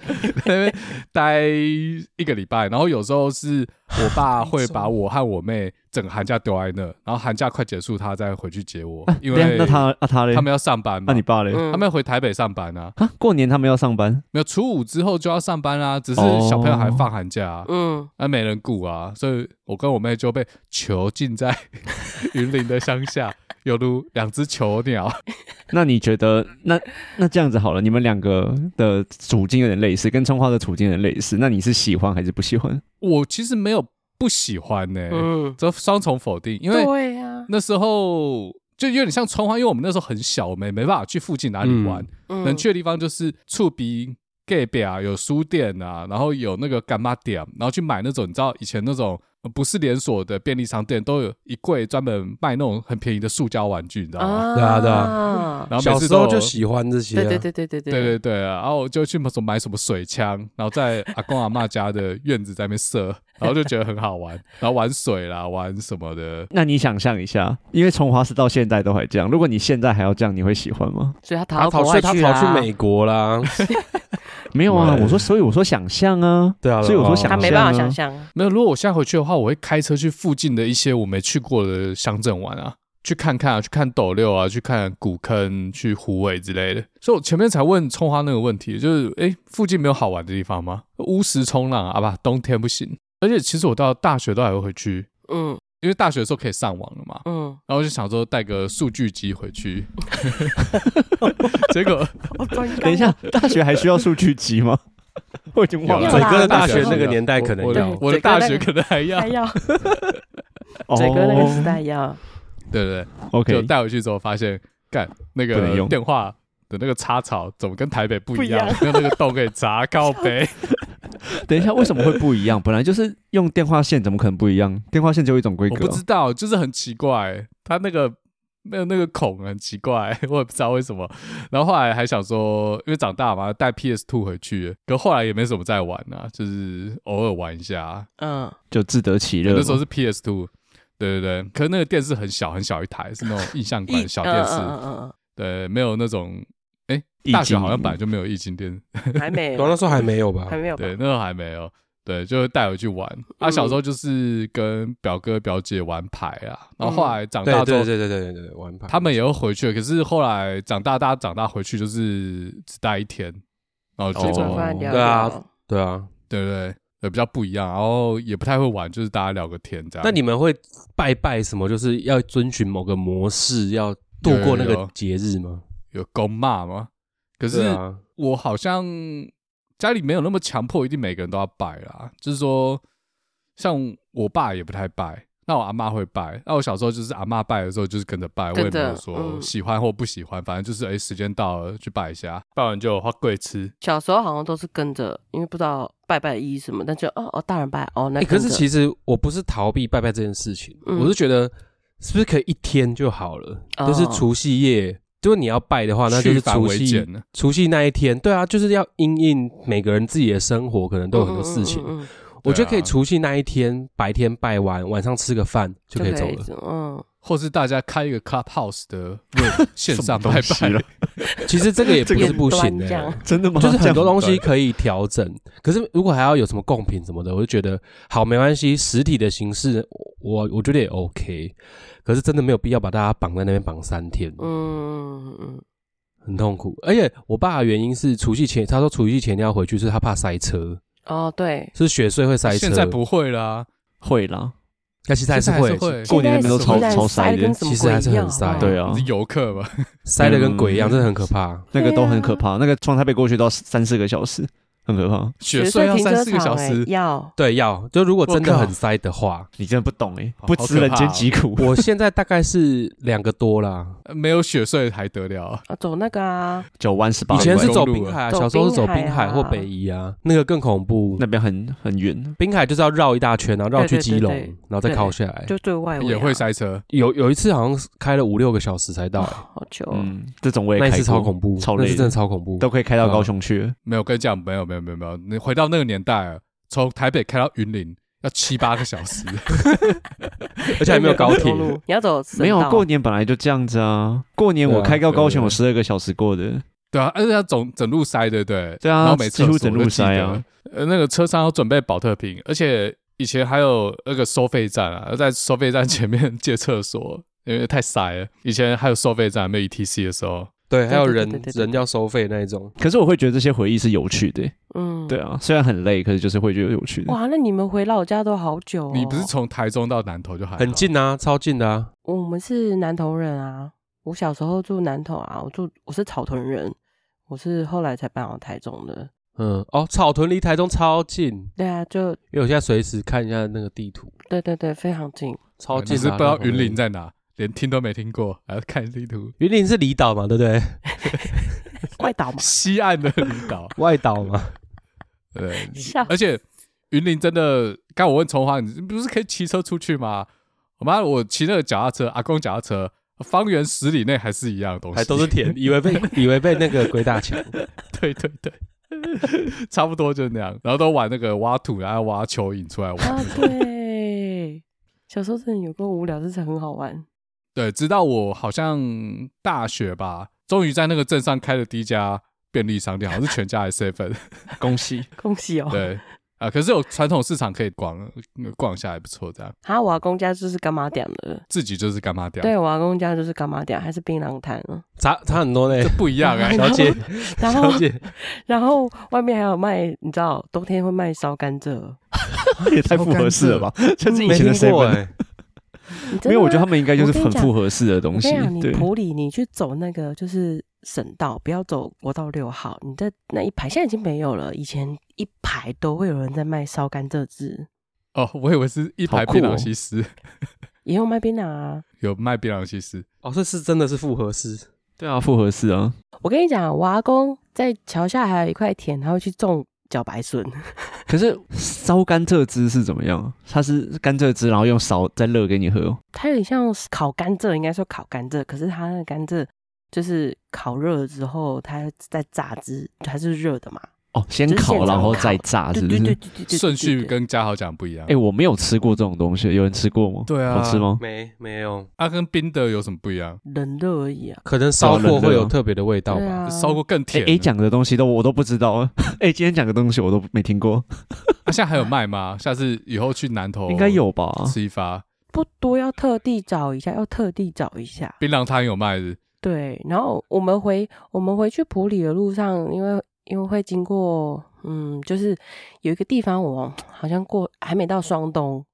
在那边待一个礼拜，然后有时候是我爸会把我和我妹整个寒假丢在那，然后寒假快结束，他再回去接我，因对啊为，那他啊他嘞他，们要上班那、嘛你，爸嘞？嗯他们要回台北上班啊，啊，过年他们要上班，没有初五之后就要上班啦、只是哦小朋友还放寒假啊，嗯，那、没人顾啊，所以我跟我妹就被囚 禁在云林的乡下，有如两只囚鸟。那你觉得，那那这样子好了，你们两个的处境有点类似，跟葱花的处境有点类似。那你是喜欢还是不喜欢？我其实没有不喜欢呢、嗯，这双重否定，哎因为对啊呀，那时候就有点像春花，因为我们那时候很小，我们也没办法去附近哪里玩，嗯能去的地方就是触鼻。gay 啊，有书店啊，然后有那个干妈店，然后去买那种你知道以前那种呃不是连锁的便利商店都有一柜专门卖那种很便宜的塑胶玩具，你知道吗？啊，对啊对啊，然后每小次时都候有就喜欢这些、啊，对对对对对对对对啊，然后我就去什么买什么水枪，然后在阿公阿嬷家的院子在那边射，然后就觉得很好玩，然后玩水啦，玩什么的，那你想象一下，因为从华是到现在都还这样，如果你现在还要这样，你会喜欢吗？所以他逃他到逃国外所啊以他啦逃去美国啦， 没有啊，对我说，所以我说想象啊，对啊，所以我说想他没办法想象。没有，如果我现在回去的话，我会开车去附近的一些我没去过的乡镇玩啊，去看看啊，去看斗六啊，去看古坑、去虎尾之类的。所以我前面才问冲花那个问题，就是诶，附近没有好玩的地方吗？乌石冲浪啊，啊不，冬天不行。而且其实我到大学都还会回去，嗯因为大学的时候可以上网了嘛。嗯，然后我就想说带个数据机回 去， 结果等一下，大学还需要数据集吗？ 我已经忘有啦了嘴哥的大大学学那个年代可能我我要的我的对大大概学可能还要还，要 哦嘴哥那个时代要，哦对对对。就 OK，带回去之后发现，干那不能个用电话的那个插槽怎么跟台北不一样不一？没有那个洞可以插， 靠北。等一下，为什么会不一样？本来就是用电话线，怎么可能不一样？电话线只有一种规我格不啊、知道，就是很奇怪，它那个没有那个孔很奇怪，我也不知道为什么。然后后来还想说，因为长大嘛，带 PS Two 回去，可后来也没什么在玩啊，就是偶尔玩一下。嗯，就自得其乐嘛。那时候是 PS Two。对对对，可是那个电视很小很小一台，是那种印象馆小电视，嗯嗯嗯对，没有那种，哎，液大学晶好像屏本来就没有液晶电嗯嗯，还没 对啊，那有，时候还没有吧还？没有吧，对，那时候还没有。对，就带回去玩。啊，小时候就是跟表哥表姐玩牌啊，然后后来长对大之对后，对对对对对，玩牌。他们也会回去。可是后来长大，大家长大回去就是只待一天，然后就嘴走哥了。饭聊对啊聊对啊，对对对，比较不一样，然后也不太会玩，就是大家聊个天这样。那你们会拜拜什么？就是要遵循某个模式，要度过那有有个有节日吗？有公骂吗？可是对啊，我好像家里没有那么强迫，一定每个人都要拜啦。就是说，像我爸也不太拜，那我阿妈会拜，那我小时候就是阿妈拜的时候就是跟着拜，我跟也没着有说嗯喜欢或不喜欢，反正就是哎、时间到了去拜一下，拜完就有花贵吃。小时候好像都是跟着，因为不知道拜拜的意义是什么，但就哦哦，大人拜哦，那哎、可跟着、是其实我不是逃避拜拜这件事情，嗯我是觉得是不是可以一天就好了？哦就是除夕夜，如果你要拜的话，那就是去繁除为夕简了。除夕那一天。对啊，就是要因应每个人自己的生活，可能都有很多事情。嗯嗯嗯嗯我觉得可以对啊除夕那一天白天拜完，晚上吃个饭就可以走了。走。嗯，或是大家开一个 Clubhouse 的 room，线上拜什么拜东西，其实这个也不是不行的、欸这样真的吗？ 就是很多东这西样可以调整。可是如果还要有什么贡品什么的，我就觉得好没关系，实体的形式我我我觉得也 OK。可是真的没有必要把大家绑在那边绑三天，嗯嗯很痛苦。而且我爸的原因是除夕前，他说除夕前要回去，是他怕塞车，哦，对，是雪隧会塞车。现在，不会啦，会啦，但其实还是现在还会是，会过年那边都超现在超塞塞的跟什么其实鬼还是一样哦很塞好不好 对啊你是，游客吧？塞的跟鬼一样，真的很可嗯怕。那个都很对啊可怕。那个从台北过去到三四个小时，很可怕。雪隧隧要停三车四个小场哎时，要对，要就如果真的我靠很塞的话，你真的不懂哎，好不知人间疾苦。我现在大概是两个多啦。哎呃没有雪隧还得了？啊走那个啊，九弯十八以拐，前是走滨海、啊，走小时候是走滨滨海海或啊北宜啊，那个更恐怖。那边很很远，滨海就是要绕一大圈，然后绕去对对基隆，对对然后再靠下来。就最外围啊也会塞车，有有一次好像是开了五六个小时才到、欸哦好久哦。嗯，这种我也那一开次过超恐怖，超那累次真的的，超恐怖。嗯都可以开到高雄去了。没有跟你讲，没有没有没有没有，你回到那个年代了，从台北开到云林要七八个小 时，而且还没有高铁走。路，你要走省道没有过年本来就这样子啊，过年我对啊开到高雄对有十二个小时过的，对啊，而且要整整路塞，对不对？对啊然后每次几乎整路塞啊，呃，那个车上要准备保特瓶，而且以前还有那个收费站啊，在收费站前面借厕所， 因为太塞了。以前还有收费站没有 ETC 的时候，对，还有对对人对对对人要收费那一种。可是我会觉得这些回忆是有趣的欸、嗯对。啊，虽然很累，可是就是会觉得有趣的。哇，那你们回老家都好久、哦？你不是从台中到南投就还好很，近啊，超近的啊！我们是南投人啊，我小时候住南投啊，我住我是草屯人，我是后来才搬到台中的。嗯，哦，草屯离台中超近，对啊，就因为我现在随时看一下那个地图，对对对，非常近。超近、你啊。是不知道云林在在哪，连听都没听过，还要看地图，云林是离岛嘛，对 不对？，外岛 嘛，西岸的离岛 外岛嘛，对，笑而且云林真的，刚我问崇华，你不是可以骑车出去吗？我妈，我骑那个脚踏车，阿公脚踏车，方圆十里内还是一样的东西， 还都是田，以为被 以为被那个鬼打墙。 对对对， 差不多就那样。然后都玩那个挖土，然后挖蚯蚓出来玩。啊，对，小时候真的有够无聊，但是很好玩。对，直到我好像大学吧，终于在那个镇上开了第一家便利商店，好像是全家还 是 seven。恭喜！恭喜哦！对。啊，可是有传统市场可以逛，逛一下还不错。这样啊，我阿公家就是干妈店的，自己就是干妈店，对，我阿公家就是干妈店，还是槟榔摊啊。 差差很多 呢这。不一样哎、对 小姐，然后小，姐，然后外面还有卖，你知道，冬天会卖烧甘蔗。 也太不合适了吧？这是以没前听的过 seven，哎，你真的没有，我觉得吗他们应该就是很不合适的我东西跟你讲，。你对，普里你去走那个就是省道，不要走国道六号，你在那一排现在已经没有了，以前一排都会有人在卖烧甘蔗汁，哦，我以为是一排好酷槟哦榔西施， 也有卖槟榔啊。有卖槟榔西施。哦，这是真的是复合式，对啊，不合适啊。我跟你讲，我阿公在桥下还有一块田，他会去种茭白笋，可是烧甘蔗汁是怎么样？它是甘蔗汁，然后用烧再热给你喝哦。它有点像烤甘蔗，应该说烤甘蔗，可是它那个甘蔗就是烤热了之后，它再榨汁，它是热的嘛。哦，先就是现烤场然后再炸，对是不对对对是？对对，顺对序对跟嘉豪讲不一样。哎，我没有吃过这种东西，有人吃过吗？对啊好吃哦吗？没没有，它、啊跟冰的有什么不一样？冷热而已啊。可能烧过会有特别的味道对吧。啊，烧过更哎甜了。 ，A 讲的东西都我都不知道 啊。哎，今天讲的东西我都没听过，啊，现在还有卖吗？下次以后去南投应该有啊吧？吃一发，不多，要特地找一下，要特地找一下。槟榔摊有卖的，对，然后我们回我们回去普里的路上，因为因为会经过，嗯，就是有一个地方我好像过还没到双东，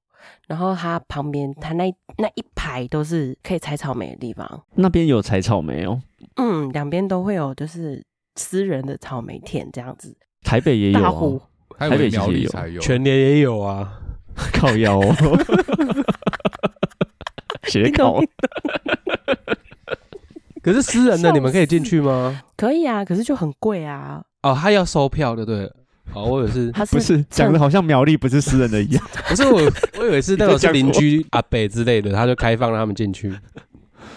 然后它旁边它那那一排都是可以采草莓的地方，那边有采草莓哦，嗯，两边都会有就是私人的草莓田这样子，台北也有大哎啊湖。还有台北其实苗也栗有才有。全年也有啊， 靠腰哦，斜你懂靠你，可是私人的你们可以进去吗？ 可以啊，可是就很贵啊。 哦，他要收票的，对了。哦，我以为是， 它不是讲的好像苗栗不是私人的一样， 不是我，我以 为是那种是邻居阿北之类的，他就开放让他们进去。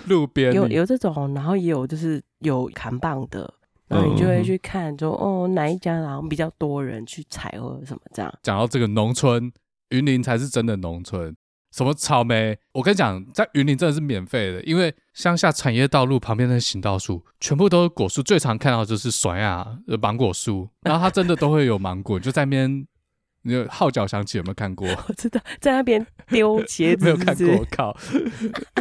路边有你有这种，然后也有就是有砍棒的，然后你就嗯会去看说、哦哪一家然后比较多人去采或者什么这样。 讲到这个农村，云林才是真的农村。什么草莓？我跟你讲，在云林真的是免费的，因为乡下产业道路旁边的行道树全部都是果树，最常看到的就是酸啊、呃芒果树，然后它真的都会有芒果，你就在那 边。你有号角响起有没有看过？我知道在那边丢茄子 没有看是不是过，靠！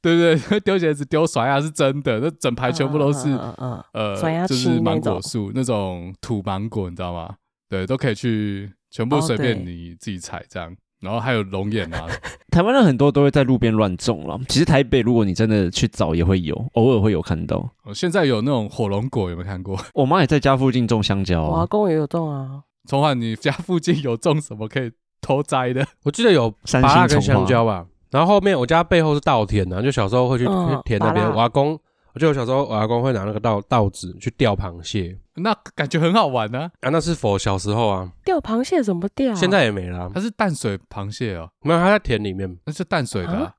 对不对？丢鞋子、丢甩啊，是真的。那整排全部都是嗯嗯 嗯嗯甩呃，牙就是青那芒种果树那种土芒果，你知道吗？对，都可以去全部哦随便对你自己采这样。然后还有龙眼啊，台湾人很多都会在路边乱种了。其实台北如果你真的去找也会有，偶尔会有看到。哦现在有那种火龙果，有没有看过？ 我妈也在家附近种香蕉我阿哦啊，公也有种啊，从华，你家附近有种什么可以偷摘的？ 我记得有三芭星乐跟葱香花蕉吧，然后后面我家背后是稻田呐、就小时候会去嗯去田那边，芭乐我阿公，我记得我小时候我阿公会拿那个稻稻子去钓螃蟹那感觉很好玩啊！啊，那是否小时候啊，钓螃蟹怎么钓？现在也没了啊、它是淡水螃蟹哦，没有他在田里面，那是淡水的啊、啊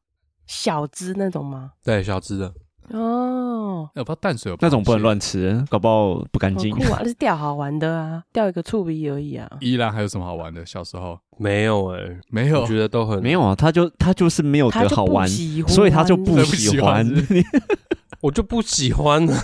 小只那种吗？对，小只的，哦，哎我不知道淡水有那种不能螃蟹。乱吃，搞不好不干好净。酷啊！是钓好玩的啊，钓一个触鼻而已啊。依然还有什么好玩的？小时候没有哎、没我哦有，觉得都很没有，啊，他就他就是没有他得就好不玩，喜欢，所以他就不所以不喜喜欢欢。是不我就不喜欢 啊。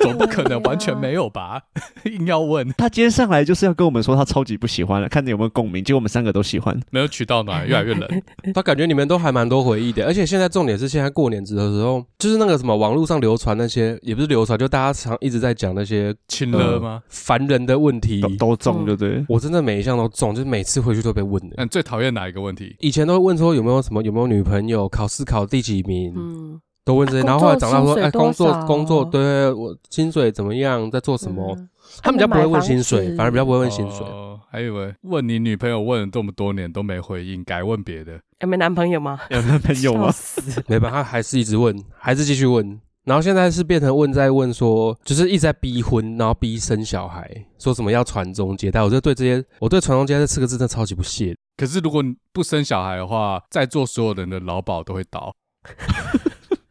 总不可能完全对啊 没有吧？ 硬要 问， 他今天上来就是要跟我们说他超级不喜欢了，看你有没有共鸣。结果我们三个都喜欢，没有取到暖，越来 越冷。他感觉你们都还蛮多回忆的，而且现在重点是现在过年子的时候，就是那个什么网络上流传那些，也不是流传，就大家常一直在讲那些亲嗯呃了吗？烦人的问题都，都中，嗯对不对？我真的每一项都中，就是每次回去都被问的。那你最讨厌哪一个问题？以前都会问说有没有什么有没有女朋友，考试考第几名，嗯，都问这些。啊然后后来长大说，哎，工工作薪水多作少工作，对我薪水怎么样，在做什么？嗯？他们比较不会问薪水，买房子反而比较不会问薪水。哦，还以为问你女朋友问了这么多年都没回应，改问别的。有哎没男朋友 啊吗？有男朋友笑吗？死没办法，他还是一直问，还是继续问。然后现在是变成问在问说，就是一直在逼婚，然后逼生小孩，说什么要传宗接代。我就对这些，我对传宗接代这四个字真的超级不屑的。可是如果你不生小孩的话，在座所有人的劳保都会倒。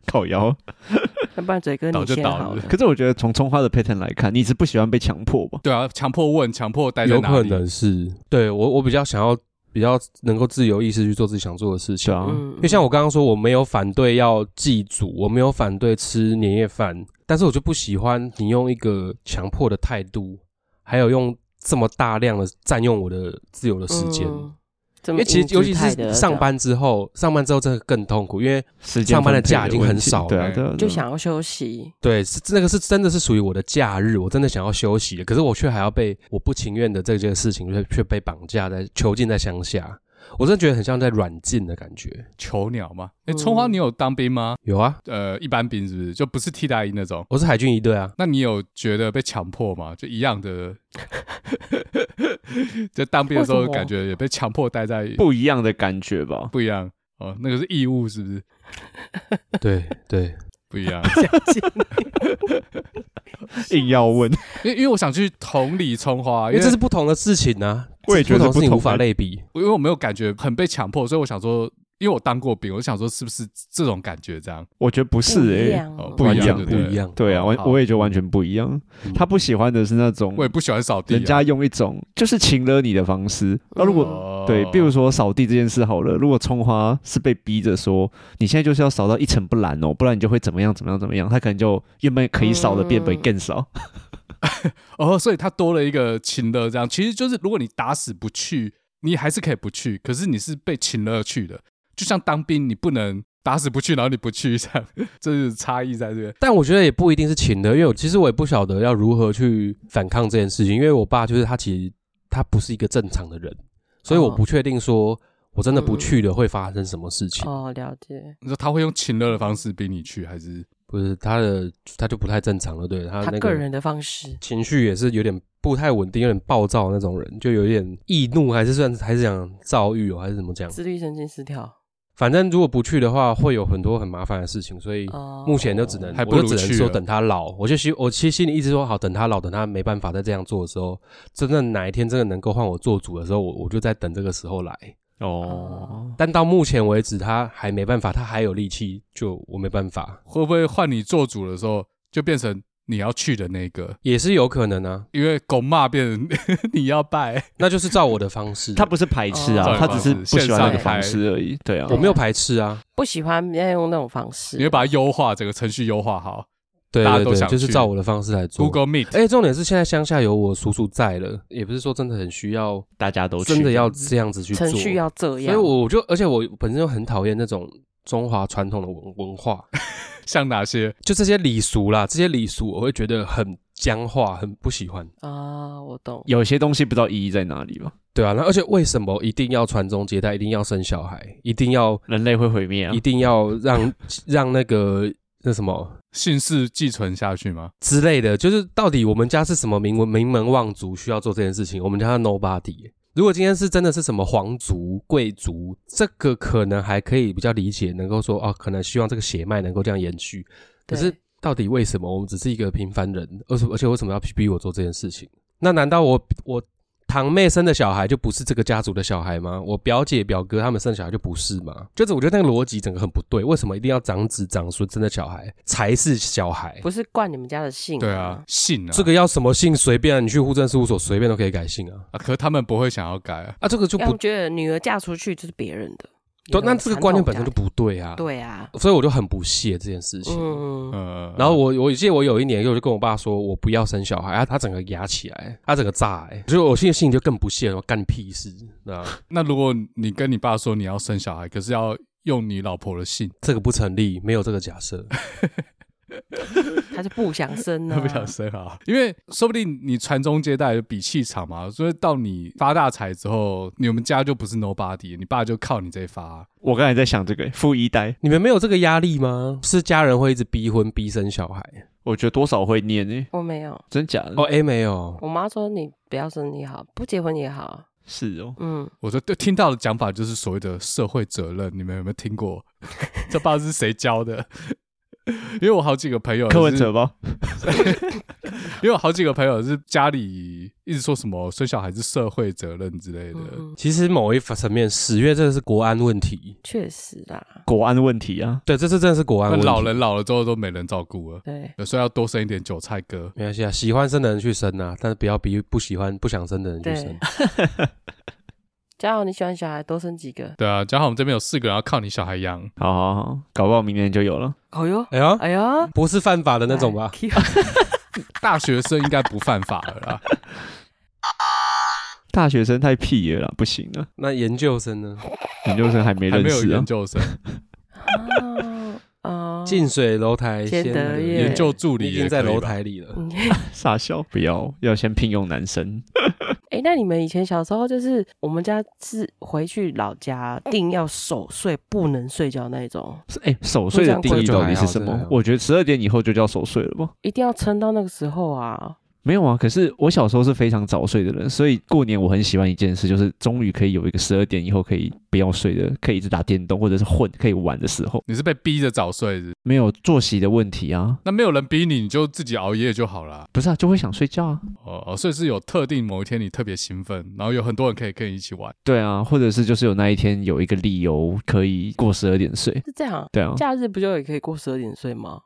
烤腰。要不然嘴哥倒你就先倒好了了。可是我觉得从葱花的 pattern 来看，你是不喜欢被强迫吧？对啊，强迫问，强迫待在有哪可里能是对我，我比较想要比较能够自由意识去做自己想做的事情是。啊，嗯，就像我刚刚说，我没有反对要祭祖，我没有反对吃年夜饭，但是我就不喜欢你用一个强迫的态度，还有用这么大量的占用我的自由的时间。嗯这因么为其硬实，姿尤其态的是这上样班之后，上班之后真的更痛苦，因为时间上班的分配假已经很问题少了对啊，对啊，对啊就想要休息，对，是那个是真的是属于我的假日，我真的想要休息的，可是我却还要被我不情愿的这件事情却却被绑架在囚禁在乡下，我真的觉得很像在软禁的感觉。囚鸟吗？哎、嗯葱花，你有当兵吗？有啊，呃，一般兵是不是？就不是替代役那种？我是海军 一队啊，那你有觉得被强迫吗？就一样的， 在当兵的时为候什么感觉也被强迫待在不一样的感觉吧。不一样哦，那个是义务是不是？对对，不一样，硬要问，因为因为我想去同理葱花，因因为为这是不同的事情啊，我也觉得这是不同的事不情同无法欸类比。因为我没有感觉很被强迫，所以我想说，因为我当过兵，我就想说是不是这种感觉这样？我觉得不不是一哎，样哦哦不一样对不对一样，对啊，完好我也觉得完全不一样。嗯他不喜欢的是那种我也不喜欢扫地、啊，人家用一种就是请了你的方式。那如嗯果哦对，比如说扫地这件事好了，如果葱花是被逼着说，你现在就是要扫到一尘不染哦，不然你就会怎么样怎么样怎么样，他可能就原本可以扫的变为更少。哦，所以他多了一个请了这样，其实就是如果你打死不去，你还是可以不去，可是你是被请了去的，就像当兵，你不能打死不去，然后你不去这样， 这是差异在这边。但我觉得也不一定是请的，因为我其实我也不晓得要如何去反抗这件事情，因为我爸就是他其实他不是一个正常的人，所以我不确定说我真的不去了会发生什么事情。哦，了解。你说他会用请了的方式逼你去，还是不不是他的他就不太正常了，对他他啊那个人的方式，情绪也是有点不太稳定，有点暴躁的那种人，就有点易怒，还是算还是讲躁郁哦，还是怎么讲？自律神经失调。反正如果不去的话，会有很多很麻烦的事情，所以哦目前就只能，还不我如就只能去啊说了等他老。我就希，我其实心里一直说好，等他老，等他没办法再这样做的时候，真的哪一天真的能够换我做主的时候，我我就在等这个时候来。哦，啊但到目前为止，他还没办法，他还有力气，就我没办法，会不会换你做主的时候，就变成你要去的那个？也是有可能啊。因为狗骂变成 你要拜，那就是照我的方式，他不是排斥哦啊，他只是不喜欢那个方式而已。对啊我，没有排斥啊，不喜欢要用那种方式，你会把它优化，整个程序优化好。对大家对都对，想就是去照我的方式来做。 Google Meet，哎、重点是现在乡下有我叔叔在了，也不是说真的很需要，大家都去真的要这样子去做，程序要这所样。以我就，而且我本身就很讨厌那种中华传统的文文化， 像哪些？就这些礼俗啦，这些礼俗我会觉得很僵化，很不喜欢。啊，我懂。有些东西不知道意义在哪里吧？对啊，那而且为什么一定要传宗接代，一定要生小孩，一定要、人类会毁灭啊一！定要让让那个那什么姓氏寄存下去吗？之类的？就是到底我们家是什么名门名门望族需要做这件事情？我们家 nobody 耶。如果今天是真的是什么皇族、贵族，这个可能还可以比较理解，能够说哦，可能希望这个血脉能够这样延续。可对是到底为什么我们只是一个平凡人，而且而且为什么要逼逼我做这件事情？那难道我我堂妹生的小孩就不是这个家族的小孩吗？我表姐表哥他们生的小孩就不是吗？就是我觉得那个逻辑整个很不对，为什么一定要长子长孙生的小孩才是小孩？不是惯你们家的姓、对啊，，姓啊，嗯这个要什么姓随便啊、你去户政事务所随便都可以改姓啊啊，可是他们不会想要改啊。啊，这个就要不么觉得女儿嫁出去就是别人的，对，有啊那这传个统观念本身家就不对啊，对啊。所以我就很 不屑这件事情。嗯，呃，然后我我记得我有一年，我就跟我爸说，我不要生小孩，啊，他整个压起来，他整个炸、欸，所以我现在心里就更不屑了，我干屁事，啊，那如果你跟你爸说你要生小孩，可是要用你老婆的姓，这个不成立，没有这个假 设， 他就嗯不想生他啊，不想生啊，因为说不定你传宗接代比气场嘛，所以到你发大财之后，你们家就不是 nobody，你爸就靠你这一发啊、我刚才在想这个富一代，你们没有这个压力吗？是家人会一直逼婚逼生小孩？我觉得多少会念诶，我没有，真假的？哦，哎、没有，我妈说你不要生也好，不结婚也好，是哦，嗯，我说对，听到的讲法就是所谓的社会责任，你们有没有听过？ 这爸是谁教的？ 因为我好几个朋友，柯文哲吧？因为我好几个朋友是家里一直说什么生小孩是社会责任之类的，嗯嗯其实某一层面，十月这个是国安问题，确实啦，国安问题啊，对，这次真的是国安那问题。老人老了之后都没人照顾了，对，所以要多生一点韭菜哥。没关系啊，喜欢生的人去生啊，但是不要逼不喜欢不想生的人去生 对。嘉豪你喜欢小孩，多生几个，对啊，刚好我们这边有四个人要靠你小孩养，好好好，搞不好明年就有了。哦哟，哎呀，哎呀，不是犯法的那种吧？ 哎？大学生应该不犯法了啦。大学生太屁了啦，不行啊，那研究生呢？研究生还没还认没有识啊研。究生，哦哦，近水楼台先先得得月月研究助你理已也经在可以楼吧台里了。嗯傻笑，不要要先聘用男生。哎、那你们以前小时候就是我们家是回去老家，一定要守岁，不能睡觉那一种，哎、守岁的定义到底是什这样么会？我觉得十二点以后就叫守岁了吧？一定要撑到那个时候啊！没有啊，可是我小时候是非常早睡的人，所以过年我很喜欢一件事，就是终于可以有一个十二点以后可以不要睡的，可以一直打电动或者是混可以玩的时候，你是被逼着早睡的，没有作息的问题啊。那没有人逼你，你就自己熬夜就好啦。不是啊，就会想睡觉啊。哦哦，所以是有特定某一天你特别兴奋，然后有很多人可以跟你一起玩。对啊，或者是就是有那一天有一个理由可以过十二点睡。是这样，对啊，哦假日不就也可以过十二点睡吗？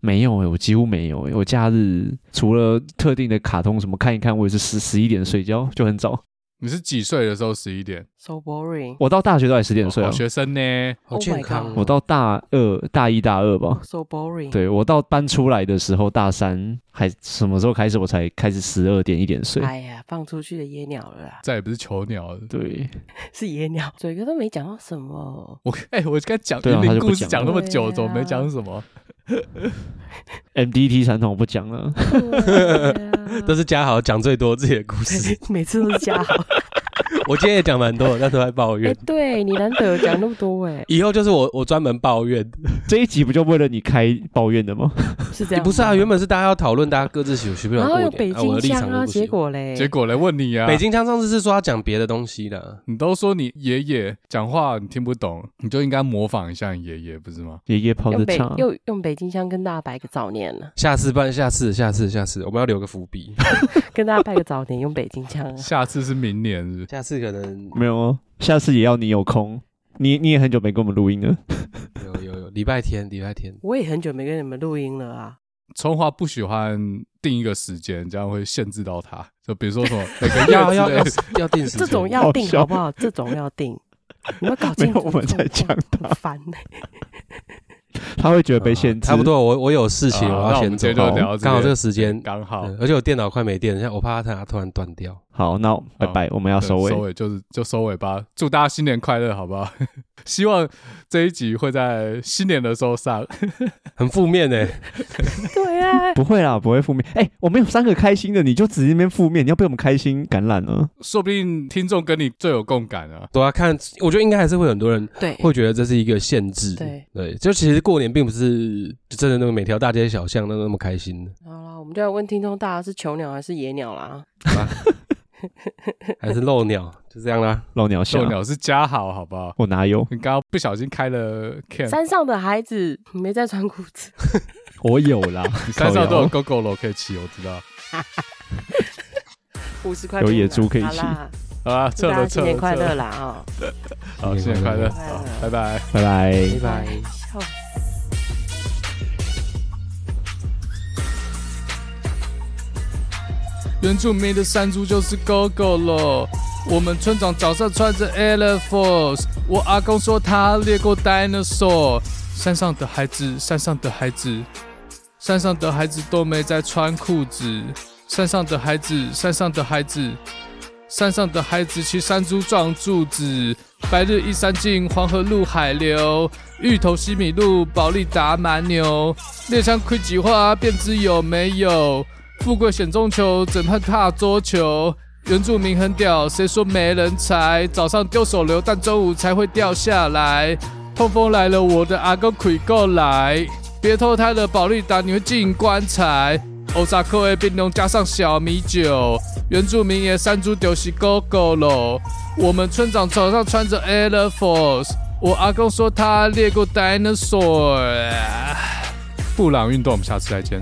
没有诶、欸我几乎没有诶、我假日除了特定的卡通什么看一看，我也是十十一点睡觉，就很早。你是几岁的时候十一点？ So boring，我到大学都还十点睡哦啊好。学生呢？好健康、哦 Oh my 我到大二、大一、大二吧， so boring。，对我到搬出来的时候，大三还什么时候开始我才开始十二点一点睡？哎呀，放出去的野鸟了啦， 再也不是囚鸟了。对，是野鸟，嘴哥都没讲到什么。哦我哎、我刚讲对啊云他林就不故事讲讲那么了久，对怎么没啊讲什么？ MDT 传统不 讲了，对啊 嗯都是嘉豪讲最多自己的故事，每次都是嘉豪，我今天也讲蛮多的，但都在抱哎、怨。对你难得有讲那么多 哎、以后就是我我专门抱怨，这一集不就为了你开抱 怨的吗？是这样吗？不是啊，原本是大家要讨论大家各自喜不喜欢然过后有年，北啊我京的立腔场啊，都不行结果嘞，结果来问你啊，北京腔上次是说要讲别的东西的，你都说你爷爷讲话你听不懂，你就应该模仿一下你爷爷，不是吗？爷爷泡着用北茶，又用北京腔跟大家拜个早年了，下次办，下次，下次，下次，我们要留个伏笔。跟大家拜个早年，用北京腔 啊。下次是明年是不是下次可能没有哦，下次也要你有空。你你也很久没跟我们录音了，有有有礼拜天，礼拜天我也很久没跟你们录音了啊，春华不喜欢定一个时间，这样会限制到他。就比如说什 么 每个要要月要之类，要定时这种要好定笑好不好？这种要 定，你们搞清没楚有我们在讲很烦欸呢、他会觉得被限制。呃差不，多。我我有事情，好我啊那要我先们走今天，就聊到这边刚好这个时间，嗯刚好对而且我电脑快没电了，像我怕它突然断掉。好，那拜拜，我们要对收尾啊收。尾就是就收尾吧。祝大家新年快乐，好不好？ 希望这一集会在新年的时候上。很负面呢、欸， 对 啊，不会啦，不会负面。哎、我们有三个开心的，你就只是那边负面，你要被我们开心感染了。说不定听众跟你最有共感啊。都要看。我觉得应该还是会有很多人对，会觉得这是一个限制。对就其实过年并不是就真的那么每条大街小巷都那么开心的，好啦，我们就来问听众，大家是囚鸟还是野鸟啦？还是漏鸟，就这样啦。老鸟笑斗，鸟是啊加好，好不好？我哪有？你刚刚不小心开了 can，山上的孩子没在穿裤子，我有啦， 你山上都有靠 GoGo 楼可以骑，我知道。五十块有不野拿猪可以好骑啦，好啊，祝撤大家了，新撤了，年快撤乐了啦啊！好，新年快乐，年新快乐好，拜拜。拜拜。拜拜。笑死。原住民的山猪就是 GoGo 了。我们村长早上穿着 Air Force，我阿公说他猎过 dinosaur。山上的孩子，山上的孩子，山上的孩子都没在穿裤子。山上的孩子，山上的孩子，山上的孩子骑山猪撞柱子。白日依山尽，黄河入海流。芋头西米露，保利达蛮牛。猎枪盔几花，便知有没有。富贵险中求，整汉怕桌球。原住民很屌，谁说没人才？早上丢手榴弹，中午才会掉下来。痛风来了，我的阿公鬼够来。别偷胎了，保利达你会进棺材。欧扎克的冰龙加上小米酒，原住民也山猪丢西狗狗喽。我们村长手上穿着 Air Force，我阿公说他猎过 dinosaur。布朗运动，我们下次再见。